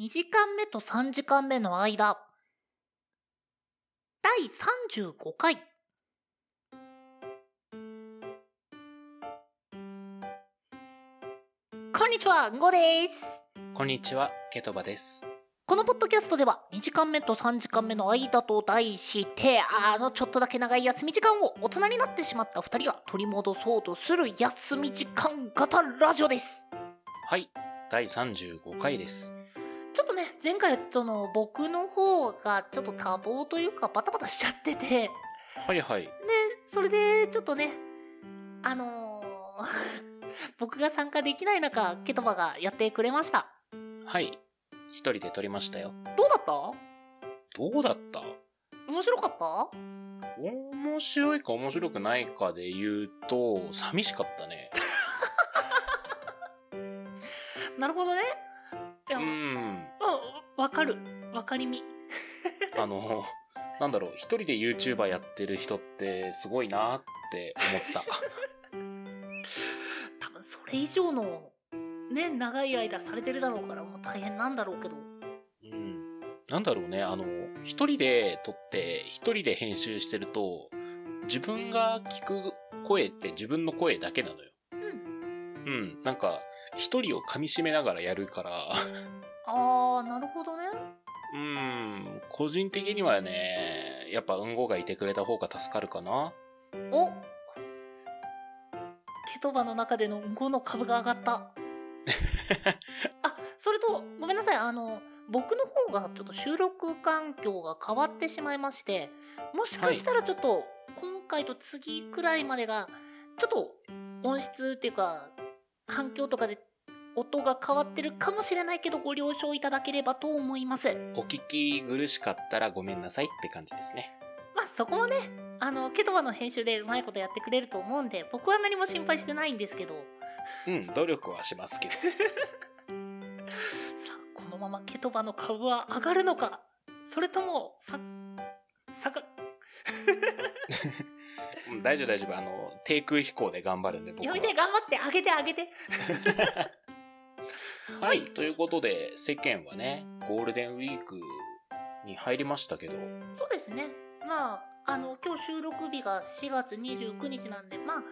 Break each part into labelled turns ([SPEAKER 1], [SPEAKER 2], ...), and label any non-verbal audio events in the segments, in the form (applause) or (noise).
[SPEAKER 1] 2時間目と3時間目の間第35回こんにちは、んごです
[SPEAKER 2] こんにちは、ケトバです。
[SPEAKER 1] このポッドキャストでは2時間目と3時間目の間と題してあのちょっとだけ長い休み時間を大人になってしまった2人が取り戻そうとする休み時間型ラジオです
[SPEAKER 2] はい、第35回です。
[SPEAKER 1] ちょっとね、前回、その、僕の方が、ちょっと多忙というか、バタバタしちゃってて、で、
[SPEAKER 2] はいはい。
[SPEAKER 1] それで、ちょっとね、あのー (laughs) 僕が参加できない中、ケトバがやってくれました。
[SPEAKER 2] はい。一人で撮りましたよ。
[SPEAKER 1] どうだった
[SPEAKER 2] どうだった
[SPEAKER 1] 面白かった
[SPEAKER 2] 面白いか面白くないかで言うと、寂しかったね。
[SPEAKER 1] なるほどね。いや、
[SPEAKER 2] う
[SPEAKER 1] うん、
[SPEAKER 2] ん。
[SPEAKER 1] わかる。わかりみ。
[SPEAKER 2] あの、なんだろう、一人で YouTuber やってる人ってすごいなって思っ
[SPEAKER 1] (laughs) 多分、それ以上の、ね、長い間されてるだろうから、もう大変なんだろうけど。
[SPEAKER 2] た。うん。なんだろうね、あの、一人で撮って、一人で編集してると、自分が聞く声って自分の声だけなのよ。
[SPEAKER 1] うん。
[SPEAKER 2] うん、なんか、一人を噛み締めながらやるから、
[SPEAKER 1] あー、なるほどね。
[SPEAKER 2] うん、個人的にはね、やっぱ、うんごがいてくれた方が助かるかな。
[SPEAKER 1] おケトバの中での5の株が上がったあそれとごめんなさいあの僕の方がちょっと収録環境が変わってしまいましてもしかしたらちょっと今回と次くらいまでがちょっと音質っていうか反響とかで音が変わってるかもしれないけどご了承いただければと思います
[SPEAKER 2] お聞き苦しかったらごめんなさいって感じですね。
[SPEAKER 1] まあそこもねあのケトバの編集でうまいことやってくれると思うんで僕は何も心配してないんですけど
[SPEAKER 2] うん、努力はしますけど。
[SPEAKER 1] さあこのままケトバの株は上がるのかそれともささか
[SPEAKER 2] うん、大丈夫大丈夫。あの、低空飛行で頑張るんで、僕
[SPEAKER 1] や
[SPEAKER 2] は
[SPEAKER 1] め。て頑張って上げて上げて
[SPEAKER 2] はい、ということで、世間はね、ゴールデンウィークに入りましたけど、
[SPEAKER 1] そうですねまああの今日収録日が4月29日なんでまあ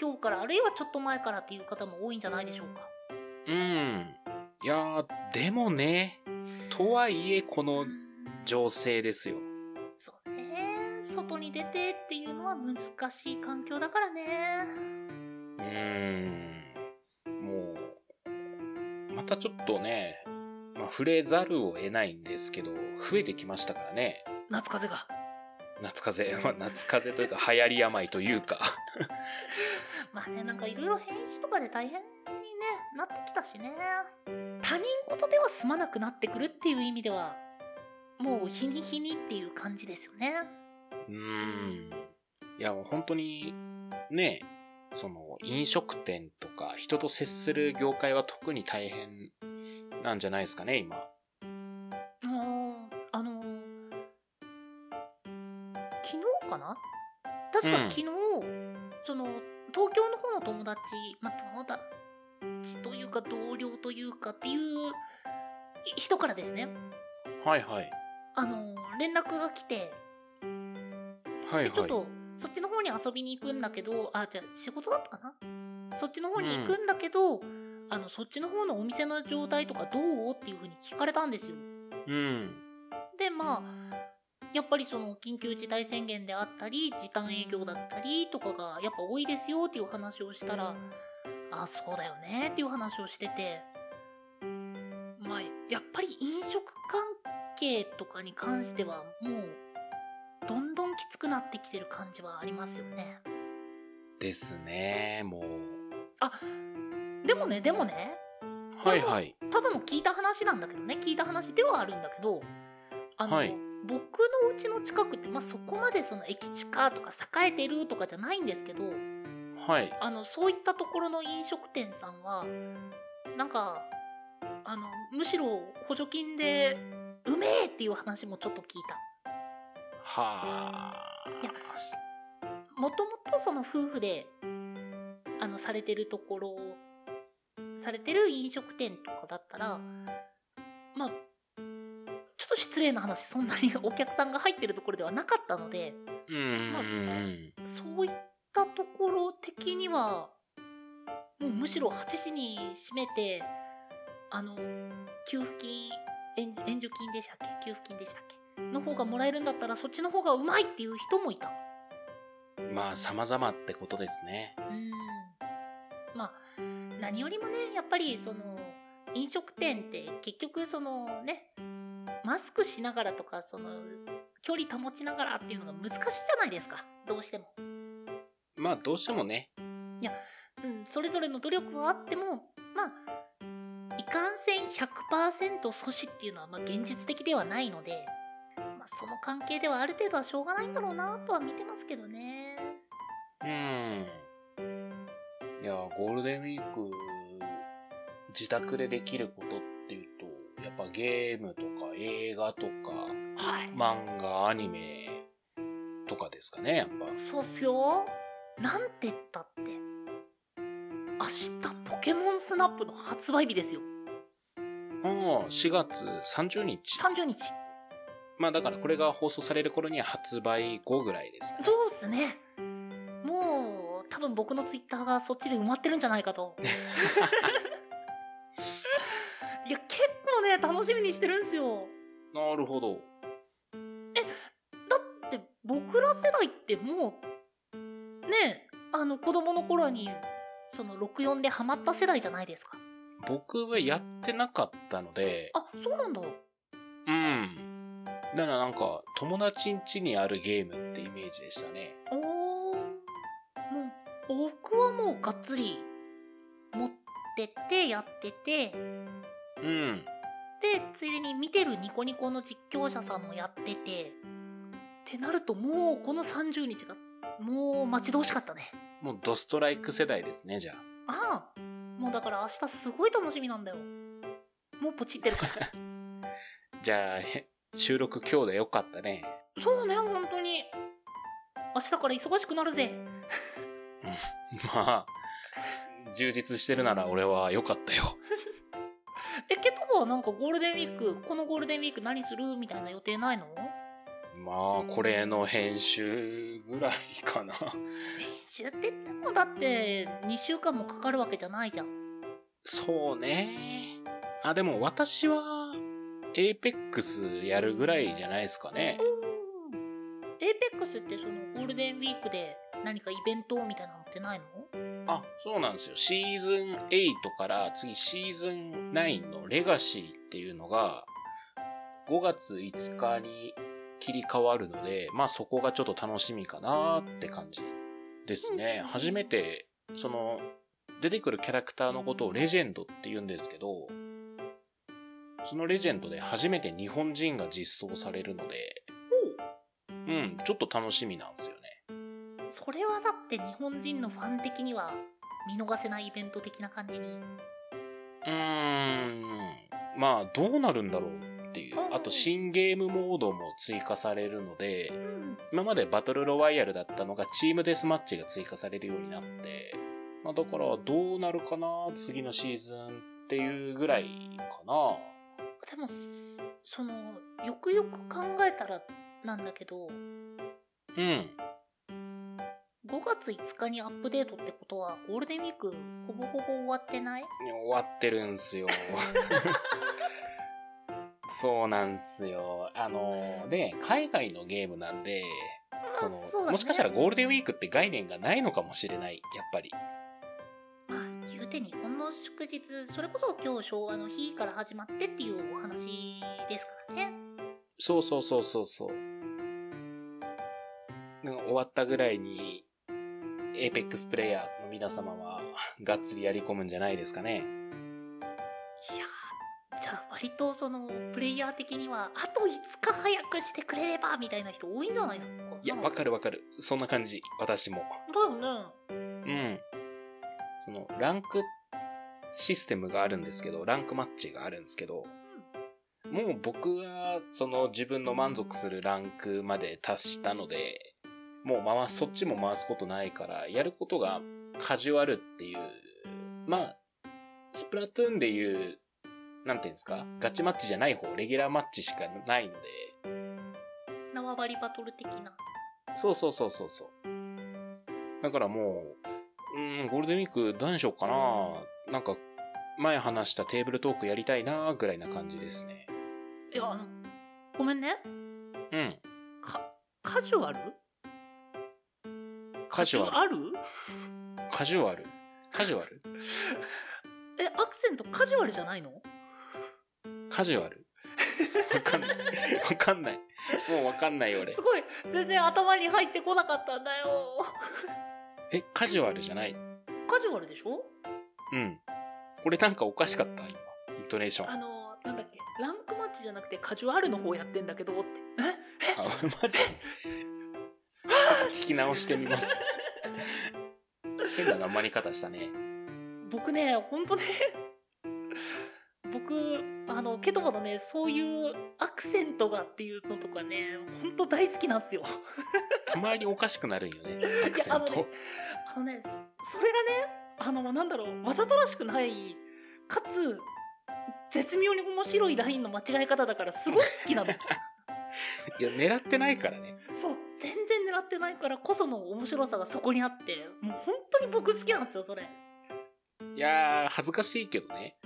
[SPEAKER 1] 今日からあるいはちょっと前からっていう方も多いんじゃないでしょうか
[SPEAKER 2] うん、いやー、でもね、とはいえ、この情勢ですよ。
[SPEAKER 1] そうね外に出てっていうのは難しい環境だからね
[SPEAKER 2] うーんもう、またちょっとね、まあ、触れざるを得ないんですけど、増えてきましたからね。
[SPEAKER 1] 夏風が
[SPEAKER 2] 夏風邪、ま (laughs) あ夏風邪というか流行り病というか。 (laughs)
[SPEAKER 1] まあねなんかいろいろ変異種とかで大変にねなってきたしね他人事では済まなくなってくるっていう意味ではもう日に日にっていう感じですよね
[SPEAKER 2] うーん。いや、もう本当に、ね、その、飲食店とか、人と接する業界は特に大変なんじゃないですかね、今。
[SPEAKER 1] もうあの昨日かな確か
[SPEAKER 2] うん
[SPEAKER 1] 昨日、その東京の方の友達まあ友達というか同僚というかっていう人からですね
[SPEAKER 2] はいはい。
[SPEAKER 1] あの連絡が来て
[SPEAKER 2] はいはい。
[SPEAKER 1] でちょっとそっちの方に遊びに行くんだけどあじゃあ仕事だったかなそっちの方に行くんだけど、あのそっちの方のお店の状態とかどうっていう風に聞かれたんですよ
[SPEAKER 2] うん。
[SPEAKER 1] でまあやっぱりその緊急事態宣言であったり時短営業だったりとかがやっぱ多いですよっていう話をしたらあそうだよねっていう話をしててまあやっぱり飲食関係とかに関してはもうどんどんきつくなってきてる感じはありますよね
[SPEAKER 2] ですね、もう。
[SPEAKER 1] あでもねでもね
[SPEAKER 2] はいはい。
[SPEAKER 1] ただの聞いた話なんだけどね聞いた話ではあるんだけどあの、
[SPEAKER 2] はい
[SPEAKER 1] 僕のうちの近くって、まあ、そこまでその駅地下とか栄えてるとかじゃないんですけど
[SPEAKER 2] はい。
[SPEAKER 1] あのそういったところの飲食店さんはなんかあのむしろ補助金でうめえっていう話もちょっと聞いた。
[SPEAKER 2] はあ。
[SPEAKER 1] いやもともとその夫婦であのされてるところされてる飲食店とかだったらまあちょっと失礼な話そんなに (laughs) お客さんが入ってるところではなかったので
[SPEAKER 2] うんうん
[SPEAKER 1] そういったところ的にはもうむしろ8時に閉めてあの給付金援援助金でしたっけ給付金でしたっけの方がもらえるんだったらそっちの方がうまいっていう人もいた。
[SPEAKER 2] うん。まあ、様々ってことですね。
[SPEAKER 1] うんまあ何よりもねやっぱりその飲食店って結局そのねマスクしながらとかその距離保ちながらっていうのが難しいじゃないですかどうしても、
[SPEAKER 2] まあ、どうしてもね。
[SPEAKER 1] うん、それぞれの努力はあってもまあいかんせん100%阻止っていうのはまあ現実的ではないので、まあ、その関係ではある程度はしょうがないんだろうなとは見てますけどね
[SPEAKER 2] うん。いや、ゴールデンウィーク、自宅でできることっていうと、やっぱゲームとか映画とか、
[SPEAKER 1] はい
[SPEAKER 2] 漫画、アニメとかですかね、やっぱ。
[SPEAKER 1] そうっすよ。なんて言ったって。明日ポケモンスナップの発売日ですよ。
[SPEAKER 2] もう4月30日。
[SPEAKER 1] 30日。
[SPEAKER 2] まあだからこれが放送される頃には発売後ぐらいですかね。
[SPEAKER 1] そうっすね。もう、多分僕のツイッターがそっちで埋まってるんじゃないかと。いや、結構ね、楽しみにしてるんすよ。
[SPEAKER 2] なるほど。
[SPEAKER 1] だって僕ら世代ってもう、ねえ、あの子供の頃に、その64でハマった世代じゃないですか。
[SPEAKER 2] 僕はやってなかったので、
[SPEAKER 1] あ、そうなんだ。
[SPEAKER 2] うん。だからなんか友達ん家にあるゲームってイメージでしたね。
[SPEAKER 1] おーもう僕はもうがっつり持っててやってて
[SPEAKER 2] うん。
[SPEAKER 1] でついでに見てるニコニコの実況者さんもやっててってなるともうこの30日がもう待ち遠しかったね
[SPEAKER 2] もうドストライク世代ですね、じゃあ。
[SPEAKER 1] ああもうだから明日すごい楽しみなんだよもうポチってるから
[SPEAKER 2] じゃあ、へ収録今日でよかったね。 (laughs)
[SPEAKER 1] そうね本当に明日から忙しくなるぜ
[SPEAKER 2] まあ、充実してるなら俺はよかったよ。
[SPEAKER 1] えケトバはなんかゴールデンウィークこのゴールデンウィーク何するみたいな予定ないの
[SPEAKER 2] まあ、これの編集ぐらいかな。
[SPEAKER 1] 練習って言ってもだって2週間もかかるわけじゃないじゃん
[SPEAKER 2] そうね。あ、でも私は、エイペックスやるぐらいじゃないですかね。
[SPEAKER 1] エイペックスってそのゴールデンウィークで何かイベントみたいなのってないの
[SPEAKER 2] あ、そうなんですよ。シーズン8から次シーズン9のレガシーっていうのが、5月5日に切り替わるので、まあそこがちょっと楽しみかなって感じですね
[SPEAKER 1] うん。
[SPEAKER 2] 初めて、その、出てくるキャラクターのことをレジェンドって言うんですけど、そのレジェンドで初めて日本人が実装されるので、うん、ちょっと楽しみなんですよね。
[SPEAKER 1] それはだって日本人のファン的には見逃せないイベント的な感じに
[SPEAKER 2] うーん。まあ、どうなるんだろうっていう
[SPEAKER 1] う。ん
[SPEAKER 2] あと、新ゲームモードも追加されるので
[SPEAKER 1] う、ん
[SPEAKER 2] 今までバトルロワイヤルだったのがチームデスマッチが追加されるようになって、まあ、だから、どうなるかな次のシーズンっていうぐらいかな。
[SPEAKER 1] でもすそのよくよく考えたらなんだけど
[SPEAKER 2] うん。
[SPEAKER 1] 5月5日にアップデートってことはゴールデンウィークほぼほぼ終わってない
[SPEAKER 2] 終わってる
[SPEAKER 1] (laughs)
[SPEAKER 2] んすよ。そうなんすよ。あの、ね、海外のゲームなんで、その、
[SPEAKER 1] そうだね
[SPEAKER 2] もしかしたらゴールデンウィークって概念がないのかもしれない、やっぱり。
[SPEAKER 1] まあ、言うて日本の祝日、それこそ今日昭和の日から始まってっていうお話ですからね。
[SPEAKER 2] そうそうそうそうそう。なんか終わったぐらいに、エーペックスプレイヤーの皆様は、がっつりやり込むんじゃないですかね。
[SPEAKER 1] いやーじゃあ割とその、プレイヤー的には、あと5日早くしてくれればみたいな人多いんじゃないですか
[SPEAKER 2] いや、わかるわかる。そんな感じ。私も。
[SPEAKER 1] だよね。
[SPEAKER 2] うん。その、ランクシステムがあるんですけど、ランクマッチがあるんですけど、もう僕は、その自分の満足するランクまで達したので、もう回す、そっちも回すことないから、やることがカジュアルっていう、まあ、スプラトゥーンでいう、なんていうんですか、ガチマッチじゃない方、レギュラーマッチしかないので、
[SPEAKER 1] 縄張りバトル的な。
[SPEAKER 2] そうそうそうそうそう。だからもう、うーん、ゴールデンウィーク何しようかななんか、前話したテーブルトークやりたいなぐらいな感じですね。
[SPEAKER 1] いや、あの、ごめんね。
[SPEAKER 2] うん。
[SPEAKER 1] か、カジュアル
[SPEAKER 2] カジュアル。
[SPEAKER 1] ある
[SPEAKER 2] カジュアル。カジュアル
[SPEAKER 1] え、アクセントカジュアルじゃないの
[SPEAKER 2] カジュアルわかんない。わかんない。もうわかんないよ俺
[SPEAKER 1] す。ごい、全然頭に入ってこなかったんだよ。 (laughs)
[SPEAKER 2] え、カジュアルじゃない
[SPEAKER 1] カジュアルでしょ
[SPEAKER 2] うん。俺なんかおかしかった今。イントネーション。
[SPEAKER 1] あ
[SPEAKER 2] あ、
[SPEAKER 1] の、なんだっけ、ランクマッチじゃなくてカジュアルの方やってんだけどって。
[SPEAKER 2] マジちょっと聞き直してみます。変な頑張り方したね。
[SPEAKER 1] 僕ね、ほんとね、 (laughs) 僕、あの、ケトバのね、そういうアクセントがっていうのとかね、ほんと大好きなんですよ。
[SPEAKER 2] たまにおかしくなるんよね。アクセン
[SPEAKER 1] いやあの
[SPEAKER 2] ト
[SPEAKER 1] ね。あのね、そそれがね、あの、なんだろう、わざとらしくない、かつ、絶妙に面白いラインの間違え方だから、すごい好き
[SPEAKER 2] (laughs)
[SPEAKER 1] なの。
[SPEAKER 2] いや、狙ってないからね。
[SPEAKER 1] そう、全然狙ってないからこその面白さがそこにあって、もう本当に僕好きなんですよ、それ。
[SPEAKER 2] いやー、恥ずかしいけどね。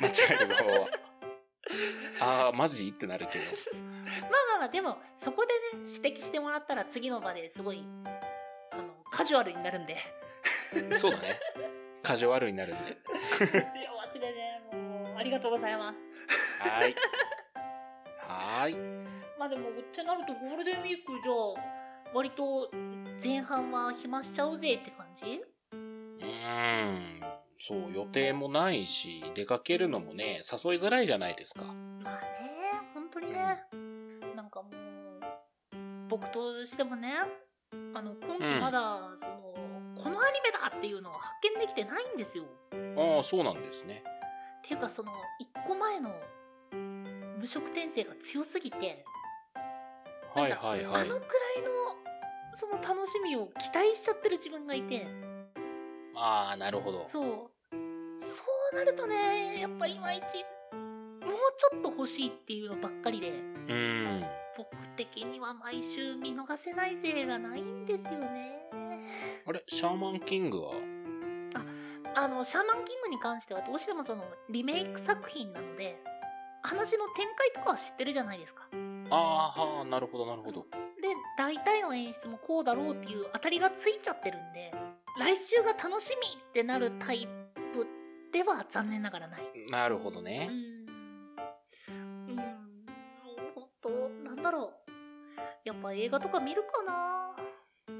[SPEAKER 2] 間違える方は。あー、マジってなるけど。
[SPEAKER 1] まあまあまあ、でも、そこでね、指摘してもらったら次の場ですごい、あの、カジュアルになるん (laughs) で。
[SPEAKER 2] そうだね。カジュアルになるんで。
[SPEAKER 1] いや、マジでね、もう、ありがとうございます。
[SPEAKER 2] はーい。はーい。
[SPEAKER 1] まあでも、ってなるとゴールデンウィークじゃあ、割と前半は暇しちゃうぜって感じ
[SPEAKER 2] うーん。そう、予定もないし、出かけるのもね、誘いづらいじゃないですか。
[SPEAKER 1] まあね、本当にね。なんかもう、僕としてもね、あの、今
[SPEAKER 2] う
[SPEAKER 1] 期
[SPEAKER 2] ん
[SPEAKER 1] まだ、その、このアニメだっていうのは発見できてないんですよ。っ
[SPEAKER 2] ああ、そうなんですね。
[SPEAKER 1] ていうか、その、一個前の、無色転生が強すぎて、
[SPEAKER 2] はいはいは
[SPEAKER 1] あ
[SPEAKER 2] い。
[SPEAKER 1] のくらいの、その楽しみを期待しちゃってる自分がいて、
[SPEAKER 2] ああ、なるほど。
[SPEAKER 1] そう。そうなるとね、やっぱいまいち、もうちょっと欲しいっていうのばっかりで、
[SPEAKER 2] うーん。
[SPEAKER 1] 僕的には毎週見逃せない勢がないんですよね。
[SPEAKER 2] あれ、シャーマンキングは
[SPEAKER 1] あの、シャーマンキングに関してはどうしてもそのリメイク作品なので、話の展開とかは知ってるじゃないですか。
[SPEAKER 2] ああ、はあ、なるほどなるほど。
[SPEAKER 1] で、大体の演出もこうだろうっていう当たりがついちゃってるんで、来週が楽しみってなるタイプでは残念ながらない。
[SPEAKER 2] なるほど
[SPEAKER 1] う
[SPEAKER 2] ね。
[SPEAKER 1] んうん、本当なんだろう。やっぱ映画とか見るかな
[SPEAKER 2] う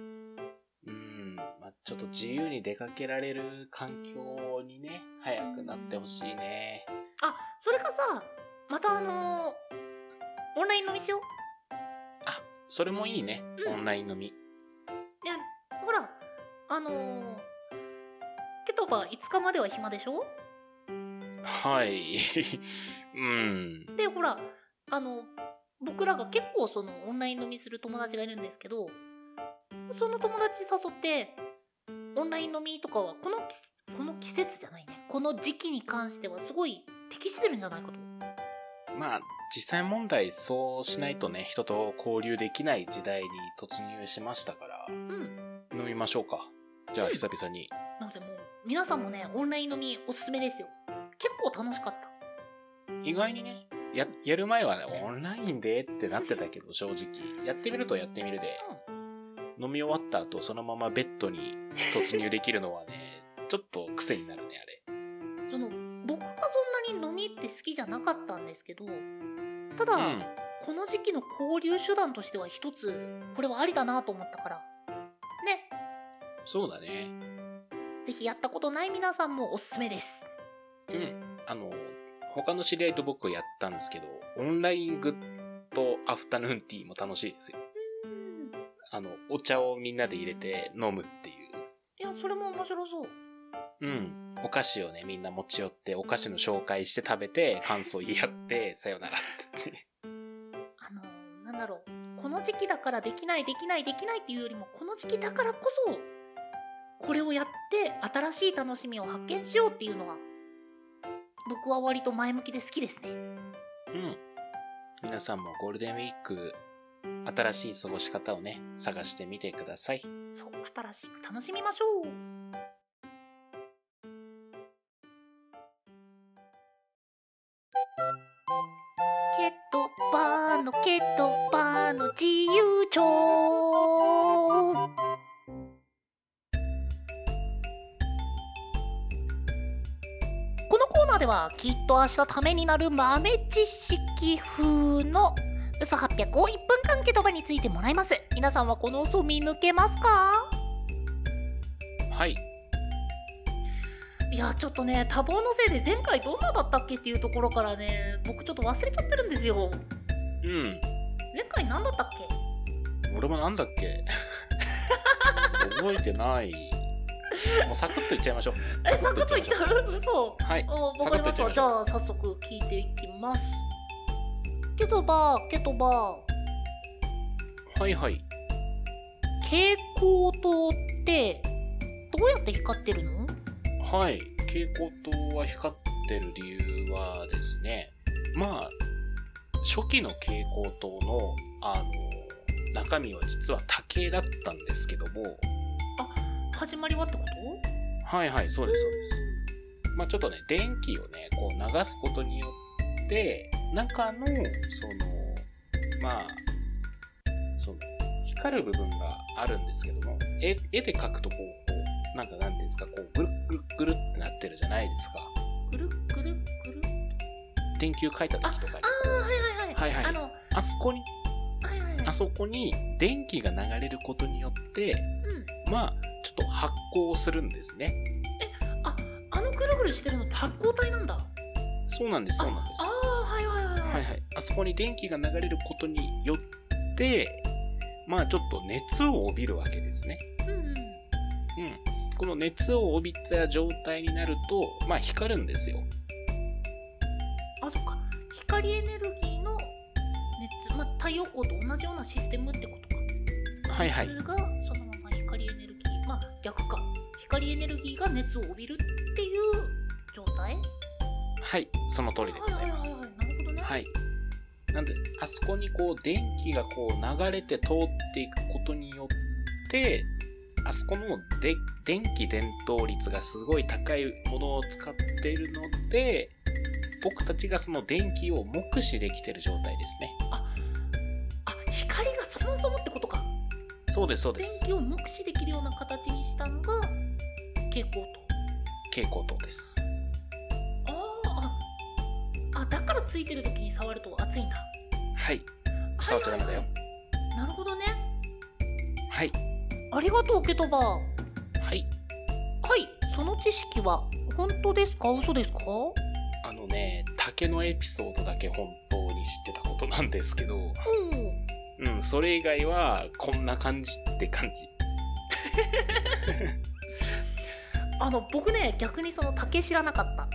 [SPEAKER 2] ーん。まあ、ちょっと自由に出かけられる環境にね、早くなってほしいね。
[SPEAKER 1] あ、それかさ、またあのーオンライン飲みしよ
[SPEAKER 2] それもいいね。
[SPEAKER 1] うん
[SPEAKER 2] オンライン飲み。
[SPEAKER 1] う。いや、ほら、あのー、ケトバ5日までは暇でしょ
[SPEAKER 2] はい。 (laughs) うん。
[SPEAKER 1] で、ほら、あの、僕らが結構そのオンライン飲みする友達がいるんですけど、その友達誘って、オンライン飲みとかは、この季、この季節じゃないね。この時期に関してはすごい適してるんじゃないかと。
[SPEAKER 2] まあ、実際問題そうしないとね、人と交流できない時代に突入しましたから、
[SPEAKER 1] うん。
[SPEAKER 2] 飲みましょうか。じゃあ、久々に。
[SPEAKER 1] なのでもう、皆さんもね、オンライン飲みおすすめですよ。結構楽しかった。
[SPEAKER 2] 意外にね、や、やる前はね、オンラインでってなってたけど、正直。やってみるとやってみるで、飲み終わった後、そのままベッドに突入できるのはね、ちょっと癖になるね、あれ。
[SPEAKER 1] その、僕がそんなに飲みって好きじゃなかったんですけど、ただ、
[SPEAKER 2] うん。
[SPEAKER 1] この時期の交流手段としては一つ、これはありだなと思ったから。ね、
[SPEAKER 2] そうだね。
[SPEAKER 1] ぜひやったことない皆さんもおすすめです。
[SPEAKER 2] うん。あの、他の知り合いと僕はやったんですけど、オンライングッドアフタヌーンティーも楽しいですよ。あの、お茶をみんなで入れて飲むっていう。
[SPEAKER 1] いや、それも面白そう。
[SPEAKER 2] うん。お菓子をね、みんな持ち寄って、お菓子の紹介して食べて、感想言い合って、さよならって。
[SPEAKER 1] あのー、なんだろう。この時期だからできないできないできないっていうよりも、この時期だからこそ、これをやって新しい楽しみを発見しようっていうのは、僕は割と前向きで好きですね。
[SPEAKER 2] うん。皆さんもゴールデンウィーク、新しい過ごし方をね、探してみてください。
[SPEAKER 1] そう、新しく楽しみましょう。ケトバのケトバの自由帳。このコーナーではきっと明日ためになる豆知識風の嘘800を1分間蹴飛ばについてもらいます皆さんはこの嘘見抜けますか
[SPEAKER 2] はい。
[SPEAKER 1] いやちょっとね多忙のせいで前回どんなだったっけっていうところからね僕ちょっと忘れちゃってるんですよ
[SPEAKER 2] うん。
[SPEAKER 1] 前回何だったっけ
[SPEAKER 2] 俺もなんだっけ覚えてない。もうサクッと言っちゃいましょう。
[SPEAKER 1] えサクッといっち
[SPEAKER 2] う。
[SPEAKER 1] ゃう嘘
[SPEAKER 2] はい。
[SPEAKER 1] あわかりましたじ
[SPEAKER 2] サ
[SPEAKER 1] ゃあ早速聞いていきますケトバケトバ
[SPEAKER 2] はいはい。
[SPEAKER 1] 蛍光灯ってどうやって光ってるの
[SPEAKER 2] はい。蛍光灯は光ってる理由はですね、まあ、初期の蛍光灯の、あの、中身は実は多形だったんですけども、
[SPEAKER 1] 始まりはってこと
[SPEAKER 2] はいはい、そうです、そうです。まあちょっとね、電気をね、こう流すことによって、中の、その、まあ、その、光る部分があるんですけども、絵絵で描くとこう、こう、なんかなんていうんですか、こう、ぐるっぐるっぐるってなってるじゃないですか。
[SPEAKER 1] ぐるっぐるっぐるっ
[SPEAKER 2] 電球描いた時とかに
[SPEAKER 1] あ。あはいはいはい、
[SPEAKER 2] はいはい
[SPEAKER 1] あの
[SPEAKER 2] あそこに、
[SPEAKER 1] はいはいはい
[SPEAKER 2] あそこに電気が流れることによって、
[SPEAKER 1] うん
[SPEAKER 2] まあ、ちょっと発光するんですね。
[SPEAKER 1] ああのぐるぐるしてるのって発光体なんだ
[SPEAKER 2] そうなんです、そうなんです
[SPEAKER 1] あ。あはいはいはい
[SPEAKER 2] はいはい、あそこに電気が流れることによって、まあちょっと熱を帯びるわけですね。
[SPEAKER 1] うんうん
[SPEAKER 2] うん。この熱を帯びた状態になると、まあ光るんですよ。
[SPEAKER 1] あそっか光エネルギーの熱、まあ、太陽光と同じようなシステムってことか
[SPEAKER 2] はいはい。
[SPEAKER 1] 熱がそのまま光エネルギーまあ逆か光エネルギーが熱を帯びるっていう状態
[SPEAKER 2] はい、その通りでございま
[SPEAKER 1] は
[SPEAKER 2] す。
[SPEAKER 1] いはいはいはいなるほどね、
[SPEAKER 2] はい。なんで、あそこにこう電気がこう流れて通っていくことによって、あそこので電気伝導率がすごい高いものを使っているので、僕たちがその電気を目視できてる状態ですね。
[SPEAKER 1] あ光がそもそもってことか
[SPEAKER 2] そうです、そうで
[SPEAKER 1] 電
[SPEAKER 2] す。
[SPEAKER 1] 気を目視できるような形にしたのが蛍光灯
[SPEAKER 2] 蛍光灯です。
[SPEAKER 1] あーああだからついてる時に触ると熱いんだ
[SPEAKER 2] はい。触っちゃダメだよ
[SPEAKER 1] はいはいはいなるほどね
[SPEAKER 2] はい。
[SPEAKER 1] ありがとうケトバは
[SPEAKER 2] はい。
[SPEAKER 1] いその知識は本当ですか嘘ですかう
[SPEAKER 2] あのね、竹のエピソードだけ本当に知ってたことなんですけど、
[SPEAKER 1] ん
[SPEAKER 2] うん、それ以外はこんな感じって感じ。
[SPEAKER 1] あの僕ね逆にその竹知らなかった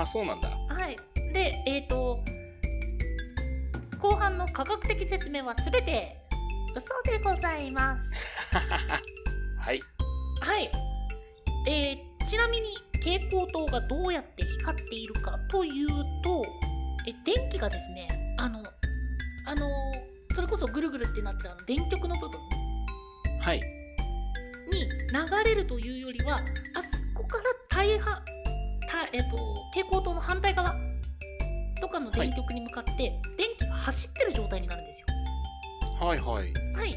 [SPEAKER 2] あ、そうなんだ。
[SPEAKER 1] はいでえっ、と後半の科学的説明は全て嘘でございます
[SPEAKER 2] (laughs) はい。
[SPEAKER 1] はい、えーちなみに蛍光灯がどうやって光っているかというとえ電気がですねあのあのそれこそぐるぐるってなってるあの電極の部分
[SPEAKER 2] はい。
[SPEAKER 1] に流れるというよりはあそこから大半た、えっと蛍光灯の反対側とかの電極に向かって電気が走ってる状態になるんですよ。
[SPEAKER 2] はいはい。
[SPEAKER 1] はい、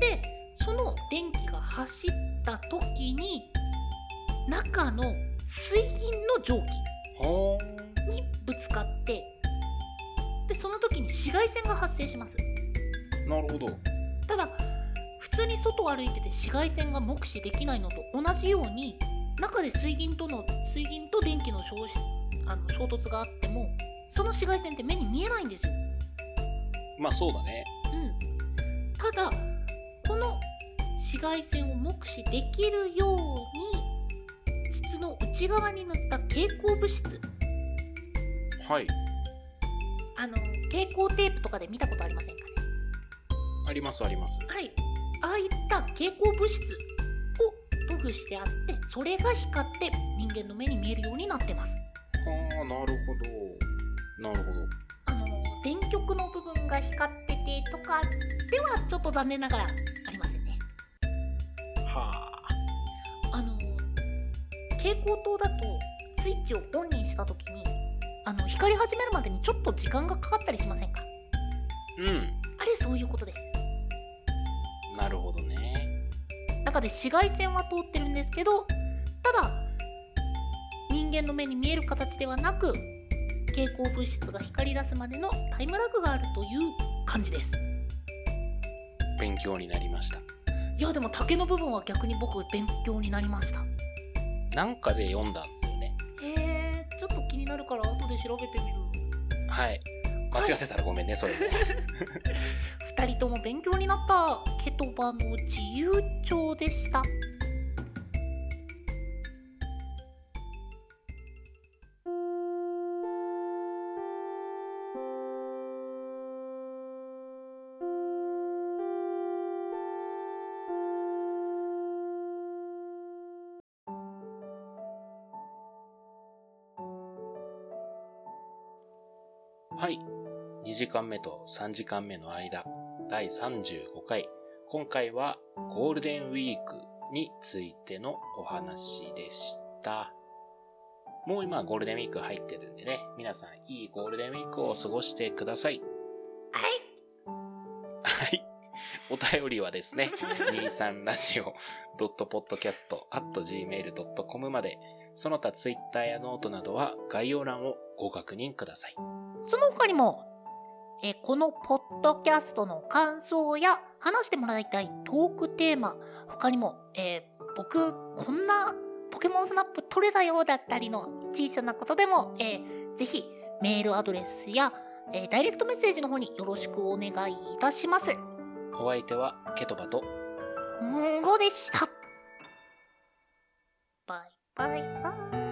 [SPEAKER 1] でその電気が走った時に中の水銀の蒸
[SPEAKER 2] ほ
[SPEAKER 1] 気にぶつかってでその時に紫外線が発生します
[SPEAKER 2] ーん。なるほど。
[SPEAKER 1] ただ普通に外を歩いてて紫外線が目視できないのと同じように中で水銀との水銀と電気の消しあの衝突があってもその紫外線って目に見えないんですよ
[SPEAKER 2] まあそうだね。
[SPEAKER 1] うん、ただこの紫外線を目視できるように筒の内側に塗った蛍光物質
[SPEAKER 2] はい。
[SPEAKER 1] あの蛍光テープとかで見たことありませんかね
[SPEAKER 2] ありますあります。
[SPEAKER 1] はいああいった蛍光物質を塗布してあってそれが光って人間の目に見えるようになってます
[SPEAKER 2] あ、なるほど。なるほど。
[SPEAKER 1] あの電極の部分が光っててとかではちょっと残念ながらありませんね
[SPEAKER 2] はあ。
[SPEAKER 1] あの蛍光灯だとスイッチをオンにした時にあの光り始めるまでにちょっと時間がかかったりしませんか
[SPEAKER 2] うん。
[SPEAKER 1] あれそういうことです
[SPEAKER 2] なるほどね。
[SPEAKER 1] 中で紫外線は通ってるんですけどただ人間の目に見える形ではなく蛍光物質が光り出すまでのタイムラグがあるという感じです
[SPEAKER 2] 勉強になりました。
[SPEAKER 1] いやでも竹の部分は逆に僕勉強になりましたへ
[SPEAKER 2] なんかで読んだんですよね。
[SPEAKER 1] えちょっと気になるから後で調べてみる
[SPEAKER 2] はい。間違ってたらごめんね、それも。
[SPEAKER 1] 2人とも勉強になったケトバの自由帳でした
[SPEAKER 2] はい。2時間目と3時間目の間、第35回。今回はゴールデンウィークについてのお話でした。もう今ゴールデンウィーク入ってるんでね、皆さんいいゴールデンウィークを過ごしてください。
[SPEAKER 1] はい
[SPEAKER 2] はい。お便りはですね、23radio.podcast.gmail.com まで、その他ツイッターやノートなどは概要欄をご確認ください。
[SPEAKER 1] その他にもえーこのポッドキャストの感想や話してもらいたいトークテーマ他にも、えー僕こんなポケモンスナップ取れたよだったりの小さなことでも、えーぜひメールアドレスや、えーダイレクトメッセージの方によろしくお願いいたします。
[SPEAKER 2] お相手はケトバと
[SPEAKER 1] んーごでした。バイバイバイ。